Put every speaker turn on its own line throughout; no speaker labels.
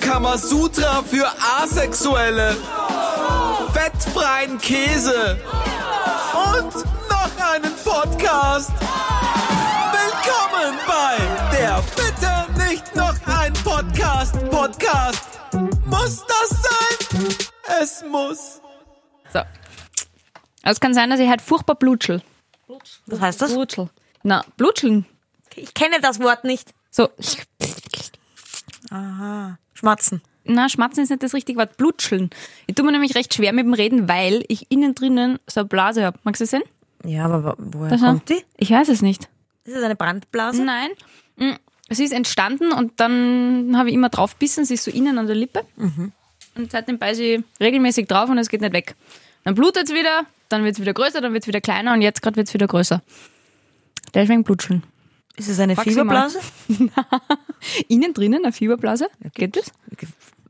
Kamasutra für Asexuelle, fettfreien Käse und noch einen Podcast. Willkommen bei der Bitte nicht noch ein Podcast. Podcast. Muss das sein? Es muss.
So. Also es kann sein, dass ich halt furchtbar blutschel.
Was heißt das?
Blutschel. Na, blutscheln.
Ich kenne das Wort nicht.
So.
Schmatzen.
Na, schmatzen ist nicht das richtige Wort. Blutscheln. Ich tue mir nämlich recht schwer mit dem Reden, weil ich innen drinnen so eine Blase habe. Magst du es sehen?
Ja, aber wo- woher
Aha.
kommt die?
Ich weiß es nicht.
Ist das eine Brandblase?
Nein. Mm, Sie ist entstanden und dann habe ich immer draufbissen. Sie ist so innen an der Lippe.
Mhm.
Und seitdem beiße ich regelmäßig drauf und es geht nicht weg. Dann blutet es wieder, dann wird es wieder größer, dann wird es wieder kleiner und jetzt gerade wird es wieder größer. Deswegen blutscheln.
Ist es eine
Frag sie mal.
Fieberblase?
Innen drinnen eine Fieberblase? Geht das?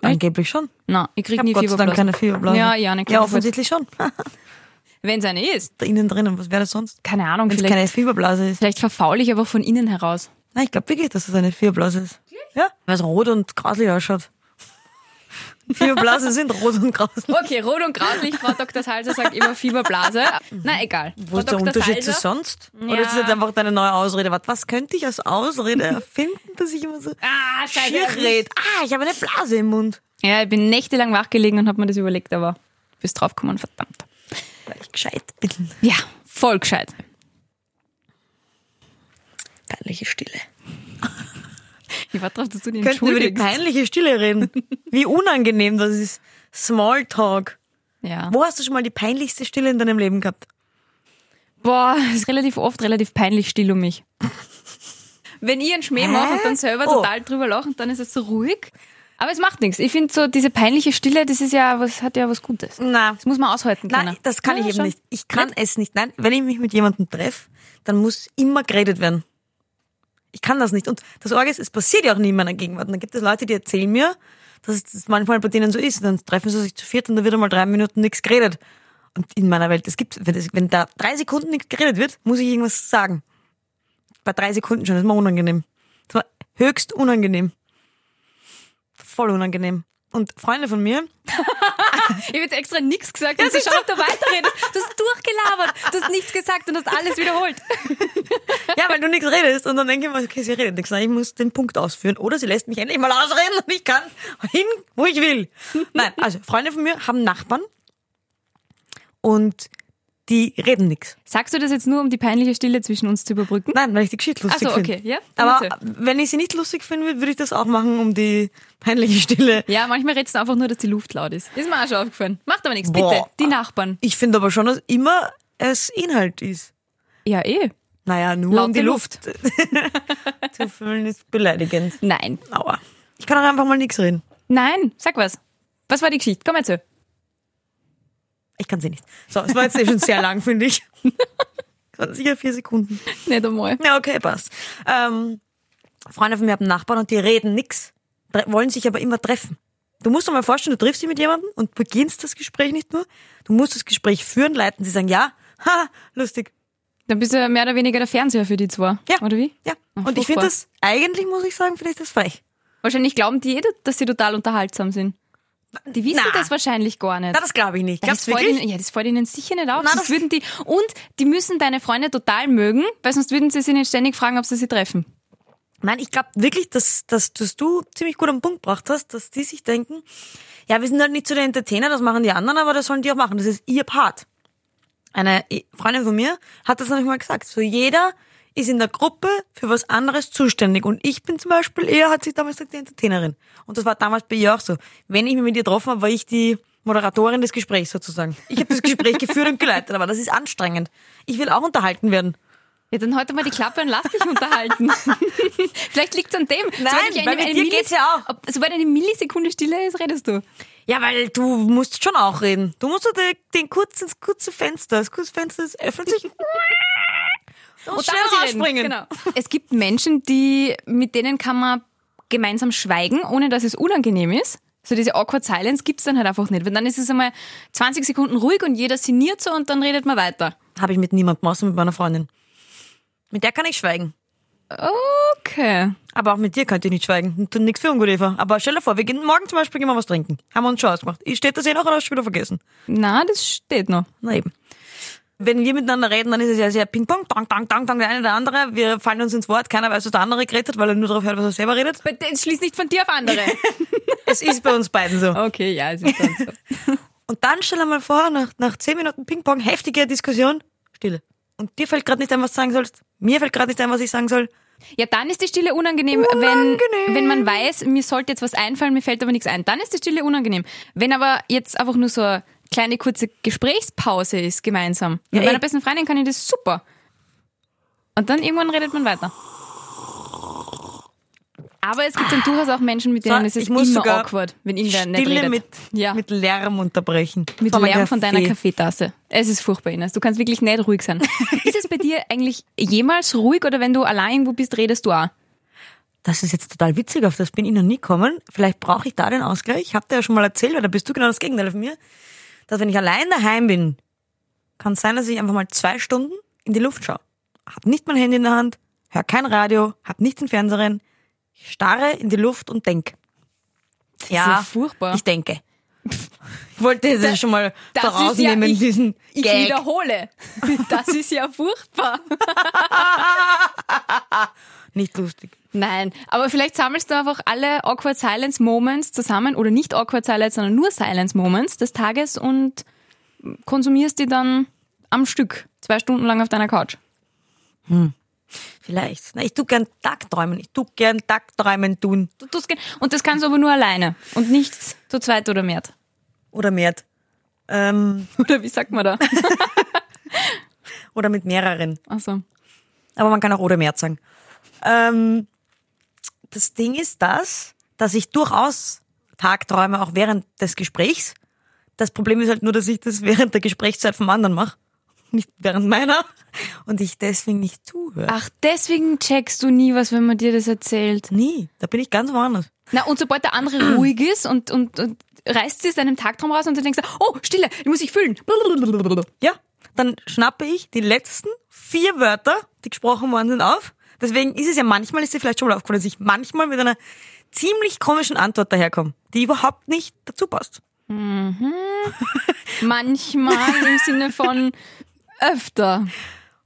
Angeblich schon.
Na, ich
Ich
kriege
habe
nie
Gott sei
Fieberblase.
Dank keine Fieberblase.
Ja, ja, ne,
Ja, offensichtlich schon.
Wenn es eine ist.
Da innen drinnen, was wäre das sonst?
Keine Ahnung,
Wenn es
vielleicht,
keine Fieberblase ist.
vielleicht verfaule ich aber von innen heraus.
Nein, ich glaube wirklich, dass es eine Fieberblase ist. Ja, weil es rot und grauslich ausschaut. Fieberblasen sind rot und grauslich.
Okay, rot und grauslich. Frau Dr. Salzer sagt immer Fieberblase. Na, egal.
Wo ist der Unterschied zu sonst? Oder ist das jetzt einfach deine neue Ausrede? Was, was könnte ich als Ausrede erfinden, dass ich immer so
Ah,
schier
scheiße.
rede? Ah, ich habe eine Blase im Mund.
Ja, ich bin nächtelang wachgelegen und habe mir das überlegt, aber bist draufgekommen, verdammt.
Weil ich gescheit bin.
Ja, voll gescheit.
Peinliche Stille.
Ich war drauf, dass du dich
Könnten wir über die
entschuldigst.
peinliche Stille reden? Wie unangenehm das ist. Smalltalk.
Ja.
Wo hast du schon mal die peinlichste Stille in deinem Leben gehabt?
Boah, ist relativ oft relativ peinlich still um mich. Wenn ich einen Schmäh mache und dann selber
Oh.
total drüber lache und dann ist es so ruhig. Aber es macht nichts. Ich finde so diese peinliche Stille, das ist ja was, hat ja was Gutes.
Na,
Das muss man aushalten können.
Nein, das kann
Ja,
ich eben
schon.
nicht. Ich kann es nicht. Nein, wenn ich mich mit jemandem treffe, dann muss immer geredet werden. Ich kann das nicht. Und das Orge ist, es passiert ja auch nie in meiner Gegenwart. Und dann gibt es Leute, die erzählen mir, dass es manchmal bei denen so ist. Und dann treffen sie sich zu viert und da wird einmal drei Minuten nichts geredet. Und in meiner Welt, es gibt, wenn, es, wenn da drei Sekunden nichts geredet wird, muss ich irgendwas sagen. Bei drei Sekunden schon, das ist mir unangenehm. Das war höchst unangenehm. Voll unangenehm. Und Freunde von mir,
Ich habe jetzt extra nichts gesagt, dass du schon ob du weiterredest. Du hast durchgelabert, du hast nichts gesagt und hast alles wiederholt.
Ja, weil du nichts redest. Und dann denke ich mir, okay, sie redet nichts. Nein, ich muss den Punkt ausführen. Oder sie lässt mich endlich mal ausreden und ich kann hin, wo ich will. Nein, also Freunde von mir haben Nachbarn und die reden nichts.
Sagst du das jetzt nur, um die peinliche Stille zwischen uns zu überbrücken?
Nein, weil ich die Geschichte lustig
Ach so,
finde.
okay, ja, dann
Aber
erzähl.
wenn ich sie nicht lustig finden würde, würde ich das auch machen, um die peinliche Stille.
Ja, manchmal redest du einfach nur, dass die Luft laut ist. Ist mir auch schon aufgefallen. Macht aber nichts, bitte.
Boah.
Die Nachbarn.
Ich finde aber schon, dass immer es Inhalt ist.
Ja, eh.
Naja, nur um
Laute
die Luft
Luft.
zu füllen ist beleidigend.
Nein.
Aua. Ich kann auch einfach mal nichts reden.
Nein, sag was. Was war die Geschichte? Komm erzähl.
Ich kann sie nicht. So, es war jetzt eh schon sehr lang, finde ich. Das waren sicher vier Sekunden.
Nicht einmal.
Ja, okay, passt. Ähm, Freunde von mir haben Nachbarn und die reden nix, tre- wollen sich aber immer treffen. Du musst dir mal vorstellen, du triffst dich mit jemandem und beginnst das Gespräch nicht nur. Du musst das Gespräch führen, leiten. Sie sagen ja, ha, lustig,
Dann bist du mehr oder weniger der Fernseher für die zwei.
ja.
Oder wie?
Ja.
Ach,
und ich finde
furchtbar.
das, eigentlich muss ich sagen, finde ich das frech.
Wahrscheinlich glauben die eh, dass sie total unterhaltsam sind. Die wissen
Na.
das wahrscheinlich gar nicht.
Na, das glaube ich nicht.
Ja, das
Glaubst du
fällt
wirklich?
ihnen, ja, das fällt ihnen sicher nicht auf.
Nein,
sonst
das-
würden die, und die müssen deine Freunde total mögen, weil sonst würden sie sie nicht ständig fragen, ob sie sie treffen.
Nein, ich glaube wirklich, dass, dass, dass du ziemlich gut am Punkt gebracht hast, dass die sich denken, ja, wir sind halt nicht so der Entertainer, das machen die anderen, aber das sollen die auch machen. Das ist ihr Part. Eine E-, Freundin von mir hat das nämlich mal gesagt. So jeder ist in der Gruppe für was anderes zuständig. Und ich bin zum Beispiel eher, hat sich damals gesagt, die Entertainerin. Und das war damals bei ihr auch so. Wenn ich mich mit ihr getroffen habe, war ich die Moderatorin des Gesprächs sozusagen. Ich habe das Gespräch geführt und geleitet, aber das ist anstrengend. Ich will auch unterhalten werden.
Ja, dann heute mal die Klappe und lass dich unterhalten. Vielleicht liegt's an dem.
Nein, weil mit dir geht's ja
auch. sobald eine Millisekunde Stille ist, redest du.
Ja, weil du musst schon auch reden. Du musst so den, den kurzen, das kurze Fenster. Das kurze Fenster das öffnet sich. Und schnell
muss ich reden.
rausspringen.
Genau. Es gibt Menschen, die, mit denen kann man gemeinsam schweigen, ohne dass es unangenehm ist. So diese awkward silence gibt's dann halt einfach nicht. Weil dann ist es einmal 20 Sekunden ruhig und jeder sinniert so und dann redet man weiter.
Habe ich mit niemandem, außer mit meiner Freundin. Mit der kann ich schweigen.
Okay.
Aber auch mit dir könnt ihr nicht schweigen. Du nix für ungut, Eva. Aber stell dir vor, wir gehen morgen zum Beispiel gehen wir was trinken. Haben wir uns schon ausgemacht. Steht das eh noch oder hast du schon wieder vergessen?
Na, das steht noch.
Na eben. Wenn wir miteinander reden, dann ist es ja sehr Ping-Pong, Tang, Tang, Tang, Tang, der eine, der andere. Wir fallen uns ins Wort. Keiner weiß, was der andere geredet hat, weil er nur darauf hört, was er selber redet.
Schließ nicht von dir auf andere.
Es ist bei uns beiden so.
okay, ja, es ist dann so.
Und dann stell dir mal vor, nach, nach zehn Minuten Ping-Pong, heftige Diskussion, Stille. Und dir fällt gerade nicht ein, was du sagen sollst. Mir fällt gerade nicht ein, was ich sagen soll.
Ja, dann ist die Stille unangenehm, Wenn,
Unangenehm.
wenn man weiß, mir sollte jetzt was einfallen, mir fällt aber nichts ein. Dann ist die Stille unangenehm. Wenn aber jetzt einfach nur so eine kleine kurze Gesprächspause ist gemeinsam. Mit
Ja, eh.
meiner besten Freundin kann ich das super. Und dann irgendwann redet man weiter. Aber es gibt dann durchaus auch Menschen, mit denen es
ich
ist
muss
immer
sogar
awkward, wenn irgendwer nicht
Stille
redet.
mit,
ja, mit,
mit Lärm unterbrechen. Von meinem
Lärm von deiner
Kaffee.
Kaffeetasse. Es ist furchtbar, Ines. Du kannst wirklich nicht ruhig sein. ist es bei dir eigentlich jemals ruhig oder wenn du allein irgendwo bist, redest du auch?
Das ist jetzt total witzig, auf das bin ich noch nie gekommen. Vielleicht brauche ich da den Ausgleich. Ich habe dir ja schon mal erzählt, weil da bist du genau das Gegenteil von mir. Dass wenn ich allein daheim bin, kann es sein, dass ich einfach mal zwei Stunden in die Luft schaue. Hab nicht mein Handy in der Hand, hör kein Radio, hab nicht den Fernseher rein. Ich starre in die Luft und denk.
ja furchtbar.
Ich denke. Ich wollte das schon mal
das ist ja-
vorausnehmen,
ich-
diesen
Ich
Gag.
wiederhole. Das ist ja furchtbar.
Nicht lustig.
Nein, aber vielleicht sammelst du einfach alle Awkward Silence Moments zusammen oder nicht Awkward Silence, sondern nur Silence Moments des Tages und konsumierst die dann am Stück, zwei Stunden lang auf deiner Couch.
Vielleicht. Na, ich tu gern Tagträumen. Ich tu gern Tagträumen tun.
Du tust gern- Und das kannst du aber nur alleine und nicht zu zweit oder mehr.
Oder mehr. Ähm,
Oder wie sagt man da?
oder mit mehreren.
Also,
Aber man kann auch oder mehr sagen. Ähm, das Ding ist das, dass ich durchaus Tagträume auch während des Gesprächs. Das Problem ist halt nur, dass ich das während der Gesprächszeit vom anderen mache. Nicht während meiner. Und ich deswegen nicht zuhöre.
ach, deswegen checkst du nie was, wenn man dir das erzählt.
Nie, da bin ich ganz woanders.
Na, und sobald der andere ruhig ist und, und, und reißt sie aus deinem Tagtraum raus und du denkst, oh, Stille, ich muss ich füllen.
Ja, dann schnappe ich die letzten vier Wörter, die gesprochen worden sind, auf. Deswegen ist es ja manchmal, ist dir vielleicht schon mal aufgefallen, dass ich manchmal mit einer ziemlich komischen Antwort daherkomme, die überhaupt nicht dazu passt.
Manchmal im Sinne von öfter.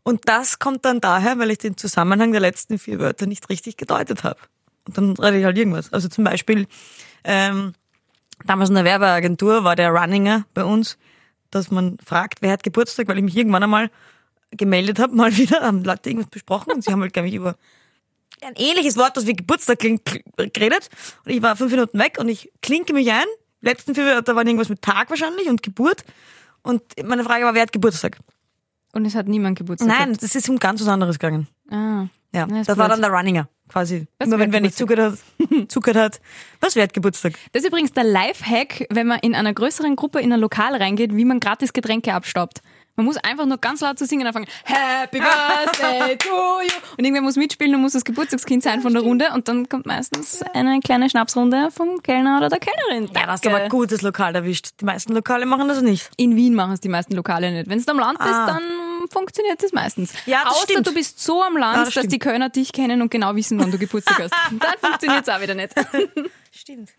Und das kommt dann daher, weil ich den Zusammenhang der letzten vier Wörter nicht richtig gedeutet habe. Und dann rede ich halt irgendwas. Also zum Beispiel, ähm, damals in der Werbeagentur war der Runninger bei uns, dass man fragt, wer hat Geburtstag, weil ich mich irgendwann einmal gemeldet habe, mal wieder, haben Leute irgendwas besprochen und sie haben halt, glaube ich, über ein ähnliches Wort, das wie Geburtstag klingt, kl- geredet. Und ich war fünf Minuten weg und ich klinke mich ein. Die letzten vier Wörter waren irgendwas mit Tag wahrscheinlich und Geburt. Und meine Frage war, wer hat Geburtstag?
Und es hat niemand Geburtstag.
Nein, das ist um ganz was anderes gegangen.
gehabt. Ah.
Ja,
Na, ist
das, war
blöd.
dann der Runninger quasi.
Was
Immer
wert
wenn wer nicht zugehört hat, zugehört hat, was wert Geburtstag?
Das ist übrigens der Lifehack, wenn man in einer größeren Gruppe in ein Lokal reingeht, wie man gratis Getränke abstaubt. Man muss einfach nur ganz laut zu singen anfangen. Happy Birthday to you. Und irgendwer muss mitspielen und muss das Geburtstagskind sein von der Runde. Und dann kommt meistens eine kleine Schnapsrunde vom Kellner oder der Kellnerin.
Ja, das ist aber gutes Lokal erwischt. Die meisten Lokale machen das nicht.
In Wien machen es die meisten Lokale nicht. Wenn du am Land bist,
Ah.
dann funktioniert das meistens.
Ja, das
Außer
stimmt.
du bist so am Land,
Ja,
dass
das stimmt.
die Kölner dich kennen und genau wissen, wann du Geburtstag hast. Dann funktioniert es auch wieder nicht.
Stimmt.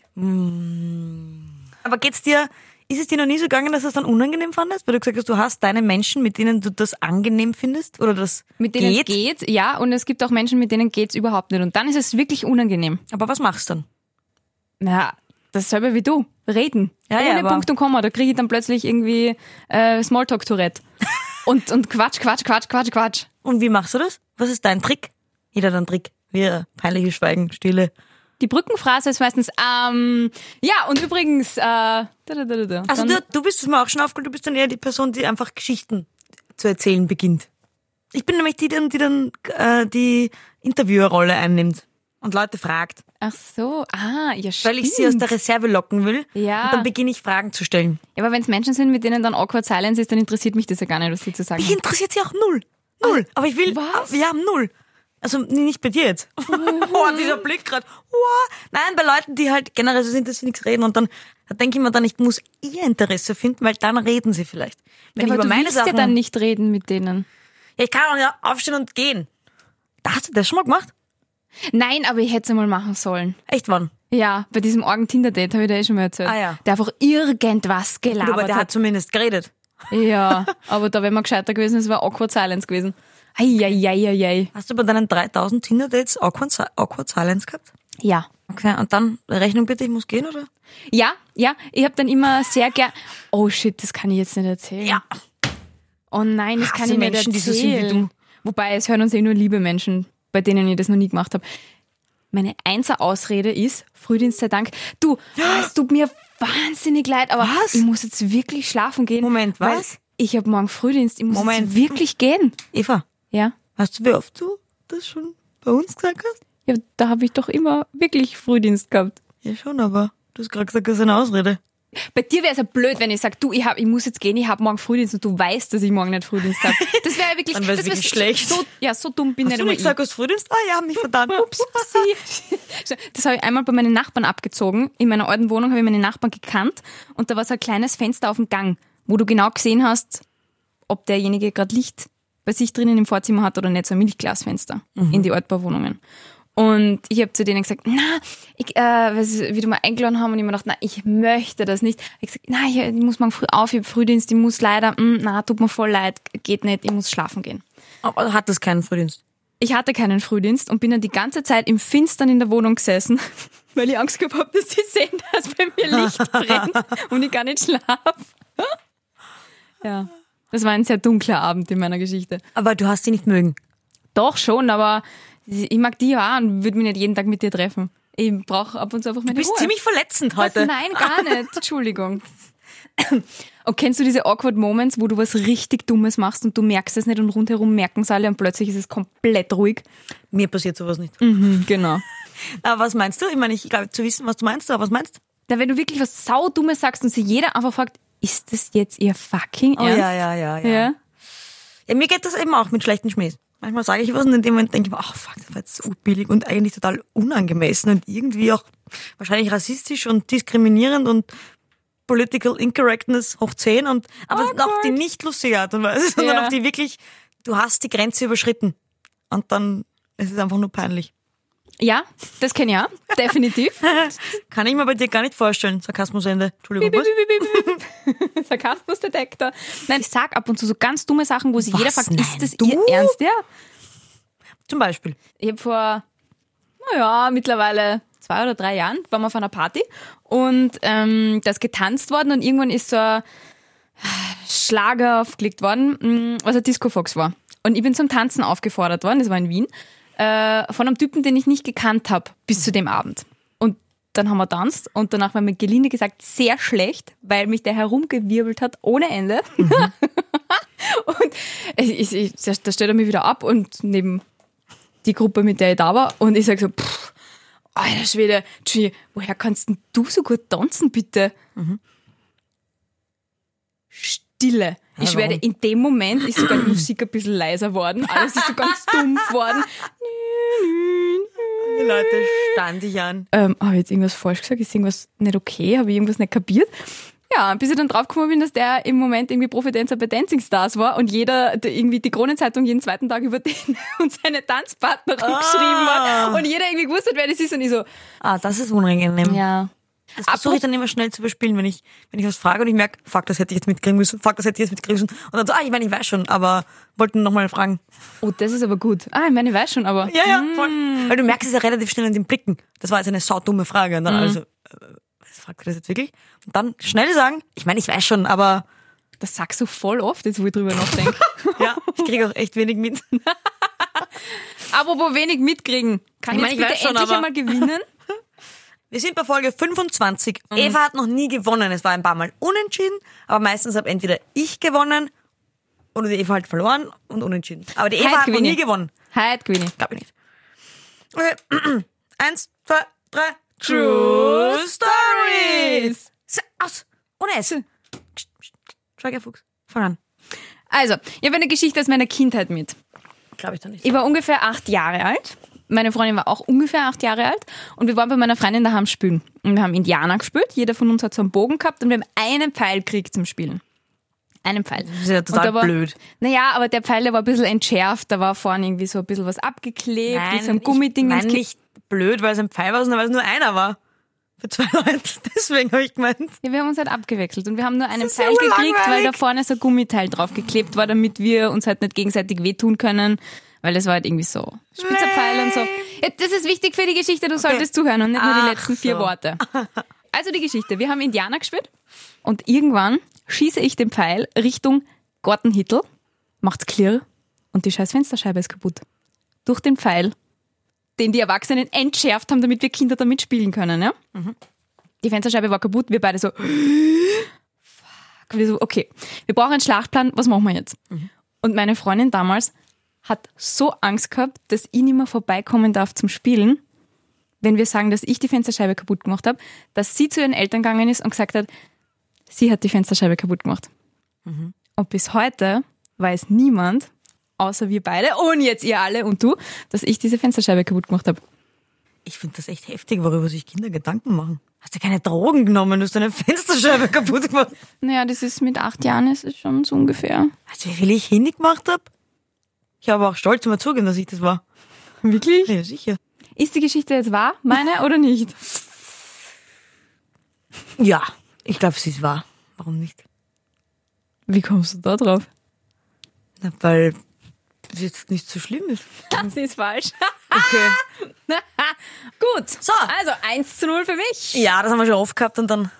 Mm. Aber geht's dir, ist es dir noch nie so gegangen, dass du es dann unangenehm fandest? Weil du gesagt hast, du hast deine Menschen, mit denen du das angenehm findest? Oder das
Mit denen
geht?
es geht, ja, und es gibt auch Menschen, mit denen geht's überhaupt nicht. Und dann ist es wirklich unangenehm.
Aber was machst du dann?
Na, dasselbe wie du. Reden.
Ja, ja,
Ohne
aber-
Punkt und Komma. Da kriege ich dann plötzlich irgendwie äh, Smalltalk-Tourette. und, und Quatsch, Quatsch, Quatsch, Quatsch, Quatsch.
Und wie machst du das? Was ist dein Trick? Jeder hat einen Trick. Wir peinliches Schweigen, Stille.
Die Brückenphrase ist meistens, ähm, ja, und übrigens, äh, da, da, da, da, da.
Also
Dann-
du, du bist, das ist mir auch schon aufgefallen, du bist dann eher die Person, die einfach Geschichten zu erzählen beginnt. Ich bin nämlich die, dann- die dann äh, die Interviewerrolle einnimmt und Leute fragt,
Ach so, ah, ja, stimmt.
weil ich sie aus der Reserve locken will.
Ja.
Und dann beginne ich Fragen zu stellen.
ja, aber wenn es Menschen sind, mit denen dann Awkward Silence ist, dann interessiert mich das ja gar nicht, was die zu sagen
Ich interessiert sie auch null. Null. Aber ich will,
was?
wir haben null. Also nee, nicht bei dir jetzt. oh, dieser Blick gerade. Oh. Nein, bei Leuten, die halt generell so sind, dass sie nichts reden. Und dann da denke ich mir dann, ich muss ihr Interesse finden, weil dann reden sie vielleicht. Wenn
haben. Ja,
ich
aber
über
du
meine
willst ja
Sachen
dann nicht reden mit denen.
Ja, ich kann auch nicht aufstehen und gehen. Da hast du das schon mal gemacht?
Nein, aber ich hätte es einmal machen sollen.
Echt wann?
Ja, bei diesem Orgen-Tinder-Date habe ich dir eh schon mal erzählt.
Ah, ja.
Der einfach irgendwas gelabert
Aber der
hat.
hat zumindest geredet.
Ja, aber da wäre man gescheiter gewesen, es wäre Awkward Silence gewesen. Eieieiei.
Hast du bei deinen 3000 Tinder-Dates awkward, si- awkward Silence gehabt?
Ja.
Okay, und dann Rechnung bitte, ich muss gehen, oder?
Ja, ja, ich habe dann immer sehr gern. Oh shit, das kann ich jetzt nicht erzählen. Oh nein, das
Hasse
kann ich nicht erzählen.
Menschen, die so sind wie du.
Wobei, es hören uns eh nur liebe Menschen, bei denen ich das noch nie gemacht habe. Meine einzige Ausrede ist, Frühdienst sei Dank, du, es tut mir wahnsinnig leid, aber
Was?
ich muss jetzt wirklich schlafen gehen.
Moment,
weil
was?
Ich habe morgen Frühdienst, ich muss
Moment.
jetzt wirklich gehen.
Eva,
Ja,
weißt du, wie oft du das schon bei uns gesagt hast?
ja da habe ich doch immer wirklich Frühdienst gehabt.
Ja, schon, aber du hast gerade gesagt, das ist eine Ausrede.
Bei dir wäre es ja blöd, wenn ich sage, du, ich, hab, ich muss jetzt gehen, ich habe morgen Frühdienst und du weißt, dass ich morgen nicht Frühdienst habe. Das wäre ja wirklich,
Dann wär's
das
wirklich schlecht.
So, ja, so dumm bin
Hast
ich
du
nicht
nicht
einmal
gesagt, du hast Frühdienst? Ah ja, mich verdammt. Ups.
ich. Das habe ich einmal bei meinen Nachbarn abgezogen. In meiner alten Wohnung habe ich meine Nachbarn gekannt und da war so ein kleines Fenster auf dem Gang, wo du genau gesehen hast, ob derjenige gerade Licht bei sich drinnen im Vorzimmer hat oder nicht. So ein Milchglasfenster in die Altbauwohnungen. Und ich habe zu denen gesagt, na, ich, äh, weil sie wieder mal eingeladen haben und ich mir gedacht, na, ich möchte das nicht. Ich gesagt, na, ich, ich muss morgen früh auf, ich habe Frühdienst, ich muss leider, mh, na, tut mir voll leid, geht nicht, ich muss schlafen gehen.
Aber hat das keinen Frühdienst?
Ich hatte keinen Frühdienst und bin dann die ganze Zeit im Finstern in der Wohnung gesessen, weil ich Angst gehabt habe, dass sie sehen, dass bei mir Licht brennt und ich gar nicht schlafe. Ja, das war ein sehr dunkler Abend in meiner Geschichte.
Aber du hast sie nicht mögen.
Doch schon, aber ich mag die ja auch und würde mich nicht jeden Tag mit dir treffen. Ich brauche ab und zu einfach meine
Du bist
Ruhe.
ziemlich verletzend heute.
Was? Nein, gar nicht. Entschuldigung. Und kennst du diese awkward Moments, wo du was richtig Dummes machst und du merkst es nicht und rundherum merken es alle und plötzlich ist es komplett ruhig?
Mir passiert sowas nicht.
Mhm, genau.
Aber was meinst du? Ich meine, ich glaube zu wissen, was du meinst, aber was meinst du?
Da, wenn du wirklich was saudummes sagst und sich jeder einfach fragt, ist das jetzt ihr fucking Ernst?
Oh, ja, ja,
ja.
Ja, mir geht das eben auch mit schlechten Schmähs. Manchmal sage ich was und in dem Moment denke ich mir, ach fuck, das war jetzt so billig und eigentlich total unangemessen und irgendwie auch wahrscheinlich rassistisch und diskriminierend und political incorrectness hoch 10 und aber auf die nicht lustige Art und Weise, sondern
Oh Ja.
auf die wirklich, du hast die Grenze überschritten. Und dann ist es einfach nur peinlich.
Ja, das kenne ich auch. Definitiv.
Kann ich mir bei dir gar nicht vorstellen. Sarkasmusende. Entschuldigung, was?
Sarkasmusdetektor. Nein, ich sag ab und zu so ganz dumme Sachen, wo sich
Was?
jeder fragt,
Nein,
ist das
du?
ihr Ernst? Ja.
Zum Beispiel.
Ich habe vor, naja, mittlerweile zwei oder drei Jahren waren wir auf einer Party und ähm, da ist getanzt worden und irgendwann ist so ein Schlager aufgelegt worden, mh, was ein Discofox war. Und ich bin zum Tanzen aufgefordert worden, das war in Wien, äh, von einem Typen, den ich nicht gekannt habe, bis zu dem Abend. Und dann haben wir tanzt und danach war mir Geline gesagt, sehr schlecht, weil mich der herumgewirbelt hat ohne Ende. und ich, ich, ich, da stellt er mich wieder ab und neben die Gruppe, mit der ich da war. Und ich sag so, pff, alter Schwede, Gigi, woher kannst denn du so gut tanzen, bitte? Stille. Ich
warum?
werde in dem Moment ist sogar die Musik ein bisschen leiser worden. Alles ist so ganz dumpf worden.
Die Leute starren dich an.
Ähm, habe ich jetzt irgendwas falsch gesagt? Ist irgendwas nicht okay? Habe ich irgendwas nicht kapiert? Ja, bis ich dann draufgekommen bin, dass der im Moment irgendwie Profidancer bei Dancing Stars war und jeder, der irgendwie die Kronenzeitung jeden zweiten Tag über den und seine Tanzpartnerin geschrieben hat und jeder irgendwie gewusst hat, wer das ist und ich so,
Ah, das ist unangenehm.
ja.
Das versuche ich dann immer schnell zu überspielen, wenn ich, wenn ich was frage und ich merke, fuck, das hätte ich jetzt mitkriegen müssen, fuck, das hätte ich jetzt mitkriegen müssen. Und dann so, ah, ich meine, ich weiß schon, aber wollte nur nochmal fragen.
Oh, das ist aber gut. Ah, ich meine, ich weiß schon, aber.
Ja, ja, voll. Weil du merkst es ja relativ schnell in den Blicken. Das war jetzt eine saudumme Frage. Und dann also, äh, was fragt ihr das jetzt wirklich? Und dann schnell sagen, ich meine, ich weiß schon, aber
Das sagst du voll oft, jetzt wo ich drüber nachdenke.
ja, ich kriege auch echt wenig mit.
Apropos wenig mitkriegen. Kann ich
Ich meine,
jetzt
ich
bitte
weiß schon,
endlich
aber-
einmal gewinnen?
Wir sind bei Folge 25. Eva hat noch nie gewonnen. Es war ein paar Mal unentschieden, aber meistens habe entweder ich gewonnen oder die Eva halt verloren und unentschieden. Aber die Eva
Heute
hat noch
gewinne
nie
ich.
gewonnen.
Heute gewinne ich.
Glaube ich nicht. Okay. Eins, zwei, drei. True Stories. So, Aus. Ohne S. Schweigerfuchs. Fang an.
Also, ich habe eine Geschichte aus meiner Kindheit mit.
Glaube ich doch nicht.
Ich war ungefähr acht Jahre alt. Meine Freundin war auch ungefähr acht Jahre alt. Und wir waren bei meiner Freundin daheim spielen. Und wir haben Indianer gespielt. Jeder von uns hat so einen Bogen gehabt und wir haben einen Pfeil gekriegt zum Spielen. Einen Pfeil.
Das ist ja total
Und da war,
blöd.
Naja, aber der Pfeil, der war ein bisschen entschärft, da war vorne irgendwie so ein bisschen was abgeklebt, mit so einem
ich
Gummiding
mein
ins Knie.
nicht blöd, weil es ein Pfeil war, sondern weil es nur einer war. Für zwei Leute. Deswegen habe ich gemeint.
Ja, wir haben uns halt abgewechselt und wir haben nur einen
ist ja
Pfeil gekriegt, weil
urlangweilig.
da vorne so ein Gummiteil draufgeklebt war, damit wir uns halt nicht gegenseitig wehtun können, weil das war halt irgendwie so spitzer Pfeil und so. Ja, das ist wichtig für die Geschichte, du solltest zuhören und nicht nur die
Ach
letzten vier
so.
Worte. Also die Geschichte, wir haben Indianer gespielt und irgendwann schieße ich den Pfeil Richtung Gortenhittel, macht's klirr und die scheiß Fensterscheibe ist kaputt. Durch den Pfeil, den die Erwachsenen entschärft haben, damit wir Kinder damit spielen können, ja?
Mhm.
Die Fensterscheibe war kaputt, wir beide so, und wir so, okay, wir brauchen einen Schlachtplan, was machen wir jetzt?
Mhm.
Und meine Freundin damals hat so Angst gehabt, dass ich nicht mehr vorbeikommen darf zum Spielen, wenn wir sagen, dass ich die Fensterscheibe kaputt gemacht habe, dass sie zu ihren Eltern gegangen ist und gesagt hat, sie hat die Fensterscheibe kaputt gemacht. Und bis heute weiß niemand, außer wir beide und jetzt ihr alle und du, dass ich diese Fensterscheibe kaputt gemacht habe.
Ich finde das echt heftig, worüber sich Kinder Gedanken machen. Hast du keine Drogen genommen, du hast deine Fensterscheibe kaputt gemacht.
Naja, das ist mit acht Jahren, ist es schon so ungefähr.
Weißt du, wie viel ich hingemacht habe? Ich habe auch stolz immer zugeben, dass ich das war.
Wirklich?
Ja, sicher.
Ist die Geschichte jetzt wahr, meine oder nicht?
Ja, ich glaube, sie ist wahr. Warum nicht?
Wie kommst du da drauf?
Na, weil es jetzt nicht so schlimm ist.
Das ist falsch.
Okay.
Gut.
So.
Also 1 zu 0 für mich.
Ja, das haben wir schon oft gehabt und dann.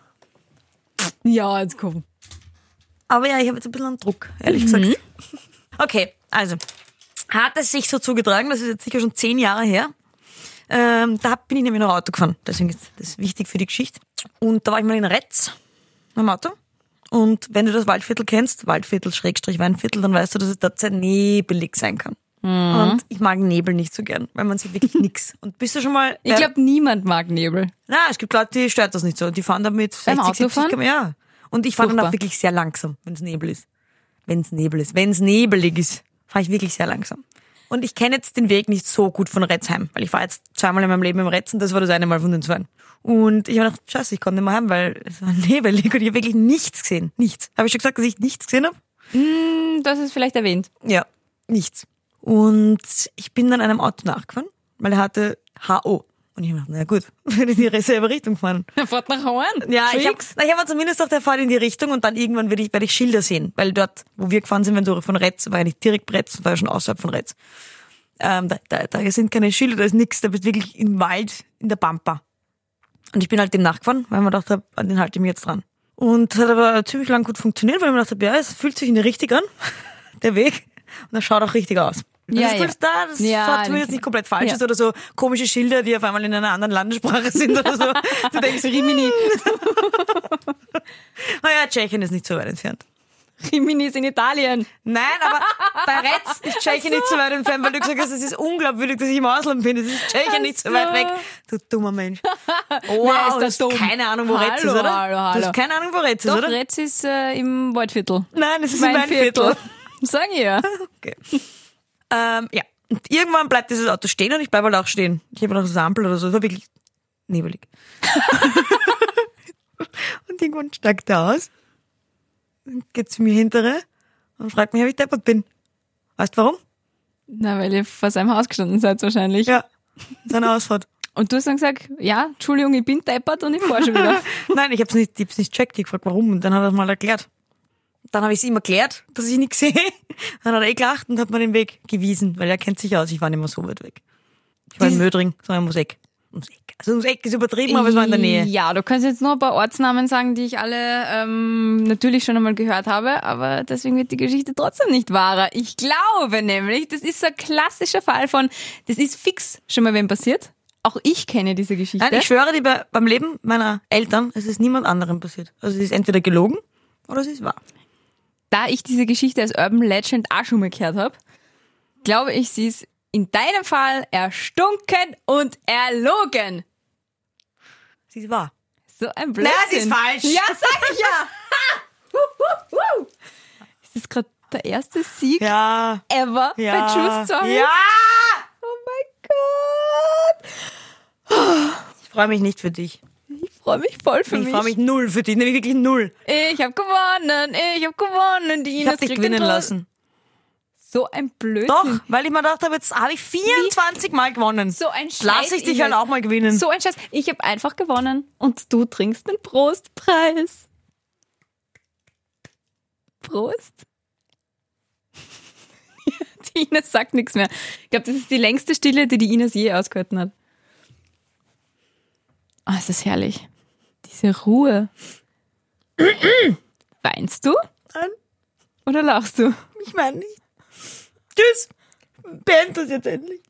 Ja, jetzt komm.
Aber ja, ich habe jetzt ein bisschen einen Druck, ehrlich gesagt. Okay, also hat es sich so zugetragen, das ist jetzt sicher schon zehn Jahre her. Ähm, da bin ich nämlich noch Auto gefahren, deswegen ist das wichtig für die Geschichte. Und da war ich mal in Retz mit dem Auto. Und wenn du das Waldviertel kennst, Waldviertel, Schrägstrich, Weinviertel, dann weißt du, dass es dort sehr nebelig sein kann. Und ich mag Nebel nicht so gern, weil man sieht wirklich nix. Und bist du schon mal...
Ich glaube, niemand mag Nebel.
Na, es gibt Leute, die stört das nicht so. Die fahren damit 60,
Autofahren?
70 km. Ja. Und ich fahre dann
Furchtbar.
auch wirklich sehr langsam, wenn es Nebel ist. Wenn es Nebel ist. Wenn es nebelig ist, fahre ich wirklich sehr langsam. Und ich kenne jetzt den Weg nicht so gut von Retzheim, weil ich war jetzt zweimal in meinem Leben im Retz und das war das eine Mal von den zwei. Und ich habe gedacht, scheiße, ich komme nicht mehr heim, weil es war nebelig und ich habe wirklich nichts gesehen. Nichts. Habe ich schon gesagt, dass ich nichts gesehen habe?
Das ist vielleicht erwähnt.
Ja, nichts. Und ich bin dann einem Auto nachgefahren, weil er hatte HO. Und ich habe gedacht, na gut, wenn ich in die selbe Richtung fahren.
Fahrt nach Horn.
Ja, ich habe ich hab zumindest auf der Fahrt in die Richtung und dann irgendwann werde ich, werde ich Schilder sehen, weil dort, wo wir gefahren sind, wenn du von Retz, war ja nicht direkt Retz, war ja schon außerhalb von Retz. Ähm, da, da, da sind keine Schilder, da ist nichts, da bist wirklich im Wald, in der Pampa. Und ich bin halt dem nachgefahren, weil man dachte, an den halte ich mich jetzt dran. Und hat aber ziemlich lang gut funktioniert, weil ich mir dachte, ja, es fühlt sich in die richtig an, der Weg. Und das schaut auch richtig aus. Das
Ja,
ist
ja.
cool, da, das
Ja,
schaut
den
zumindest
kenn ich.
nicht komplett falsch
Ja.
ist oder so komische Schilder, die auf einmal in einer anderen Landessprache sind oder so. Du denkst, Rimini, naja, Tschechien ist nicht so weit entfernt.
Rimini ist in Italien.
Nein, aber bei Retz ist Tschechien nicht so weit entfernt, weil du gesagt hast, es ist unglaubwürdig, dass ich im Ausland bin. Es ist Tschechien
Ach
nicht so
so.
weit weg. Du dummer Mensch. Wow,
ist
du
das
hast
dumm.
keine Ahnung, wo Retz ist,
Hallo,
oder?
hallo,
Du
hallo.
hast keine Ahnung, wo Retz ist,
Doch,
oder?
Retz ist äh, im Waldviertel.
Nein, es ist mein Viertel.
Sag ich ja.
Okay. Ähm, ja. Und irgendwann bleibt dieses Auto stehen und ich bleibe halt auch stehen. Ich habe noch so eine Ampel oder so. Es war wirklich nebelig. und irgendwann steigt er aus, und geht zu mir hintere und fragt mich, ob ich deppert bin. Weißt du warum?
Na, weil ihr vor seinem Haus gestanden seid wahrscheinlich.
Ja. Seine Ausfahrt.
Und du hast dann gesagt, ja, Entschuldigung, ich bin deppert und ich fahre schon wieder.
Nein, ich hab's nicht, ich hab's nicht checkt. Ich gefragt, warum. Und dann hat er mal erklärt. Dann habe ich es ihm erklärt, dass ich nichts sehe. Dann hat er eh gelacht und hat mir den Weg gewiesen, weil er kennt sich aus. Ich war nicht mehr so weit weg. Ich war in
Dies-
Mödring, sondern ums Eck. Ums Eck. Also ums Eck ist übertrieben, aber es war in der Nähe.
Ja, du kannst jetzt nur ein paar Ortsnamen sagen, die ich alle ähm, natürlich schon einmal gehört habe, aber deswegen wird die Geschichte trotzdem nicht wahrer. Ich glaube nämlich, das ist so ein klassischer Fall von, das ist fix schon mal wem passiert. Auch ich kenne diese Geschichte.
Nein, ich schwöre dir bei, beim Leben meiner Eltern, es ist niemand anderem passiert. Also es ist entweder gelogen oder es ist wahr.
da ich diese Geschichte als Urban Legend auch schon mal gehört habe, glaube ich, sie ist in deinem Fall erstunken und erlogen.
Es ist wahr.
So ein Blödsinn.
sie ist falsch.
Ja, sag ich ja. Hu, hu, hu. ist das gerade der erste Sieg
Ja.
ever
Ja.
bei True Stories?
Ja!
Oh mein Gott.
Ich freue mich nicht für dich.
Ich freue mich voll für
Ich
mich.
freue mich null für dich, nämlich wirklich null.
Ich habe gewonnen, ich habe gewonnen. Die
Ich
Ines
hab dich
kriegt
gewinnen
den Dro-
lassen.
So ein Blödsinn.
Doch, weil ich mir gedacht habe, jetzt habe ich 24 Mal gewonnen.
So ein Scheiß.
Lass ich dich
Ines.
halt auch mal gewinnen.
So ein Scheiß. Ich habe einfach gewonnen und du trinkst den Prostpreis. Prost. Die Ines sagt nichts mehr. Ich glaube, das ist die längste Stille, die die Ines je ausgehalten hat. Ah, es ist herrlich. Diese Ruhe. Weinst du
Nein,
oder lachst du?
ich meine nicht. Tschüss. Beend das jetzt endlich.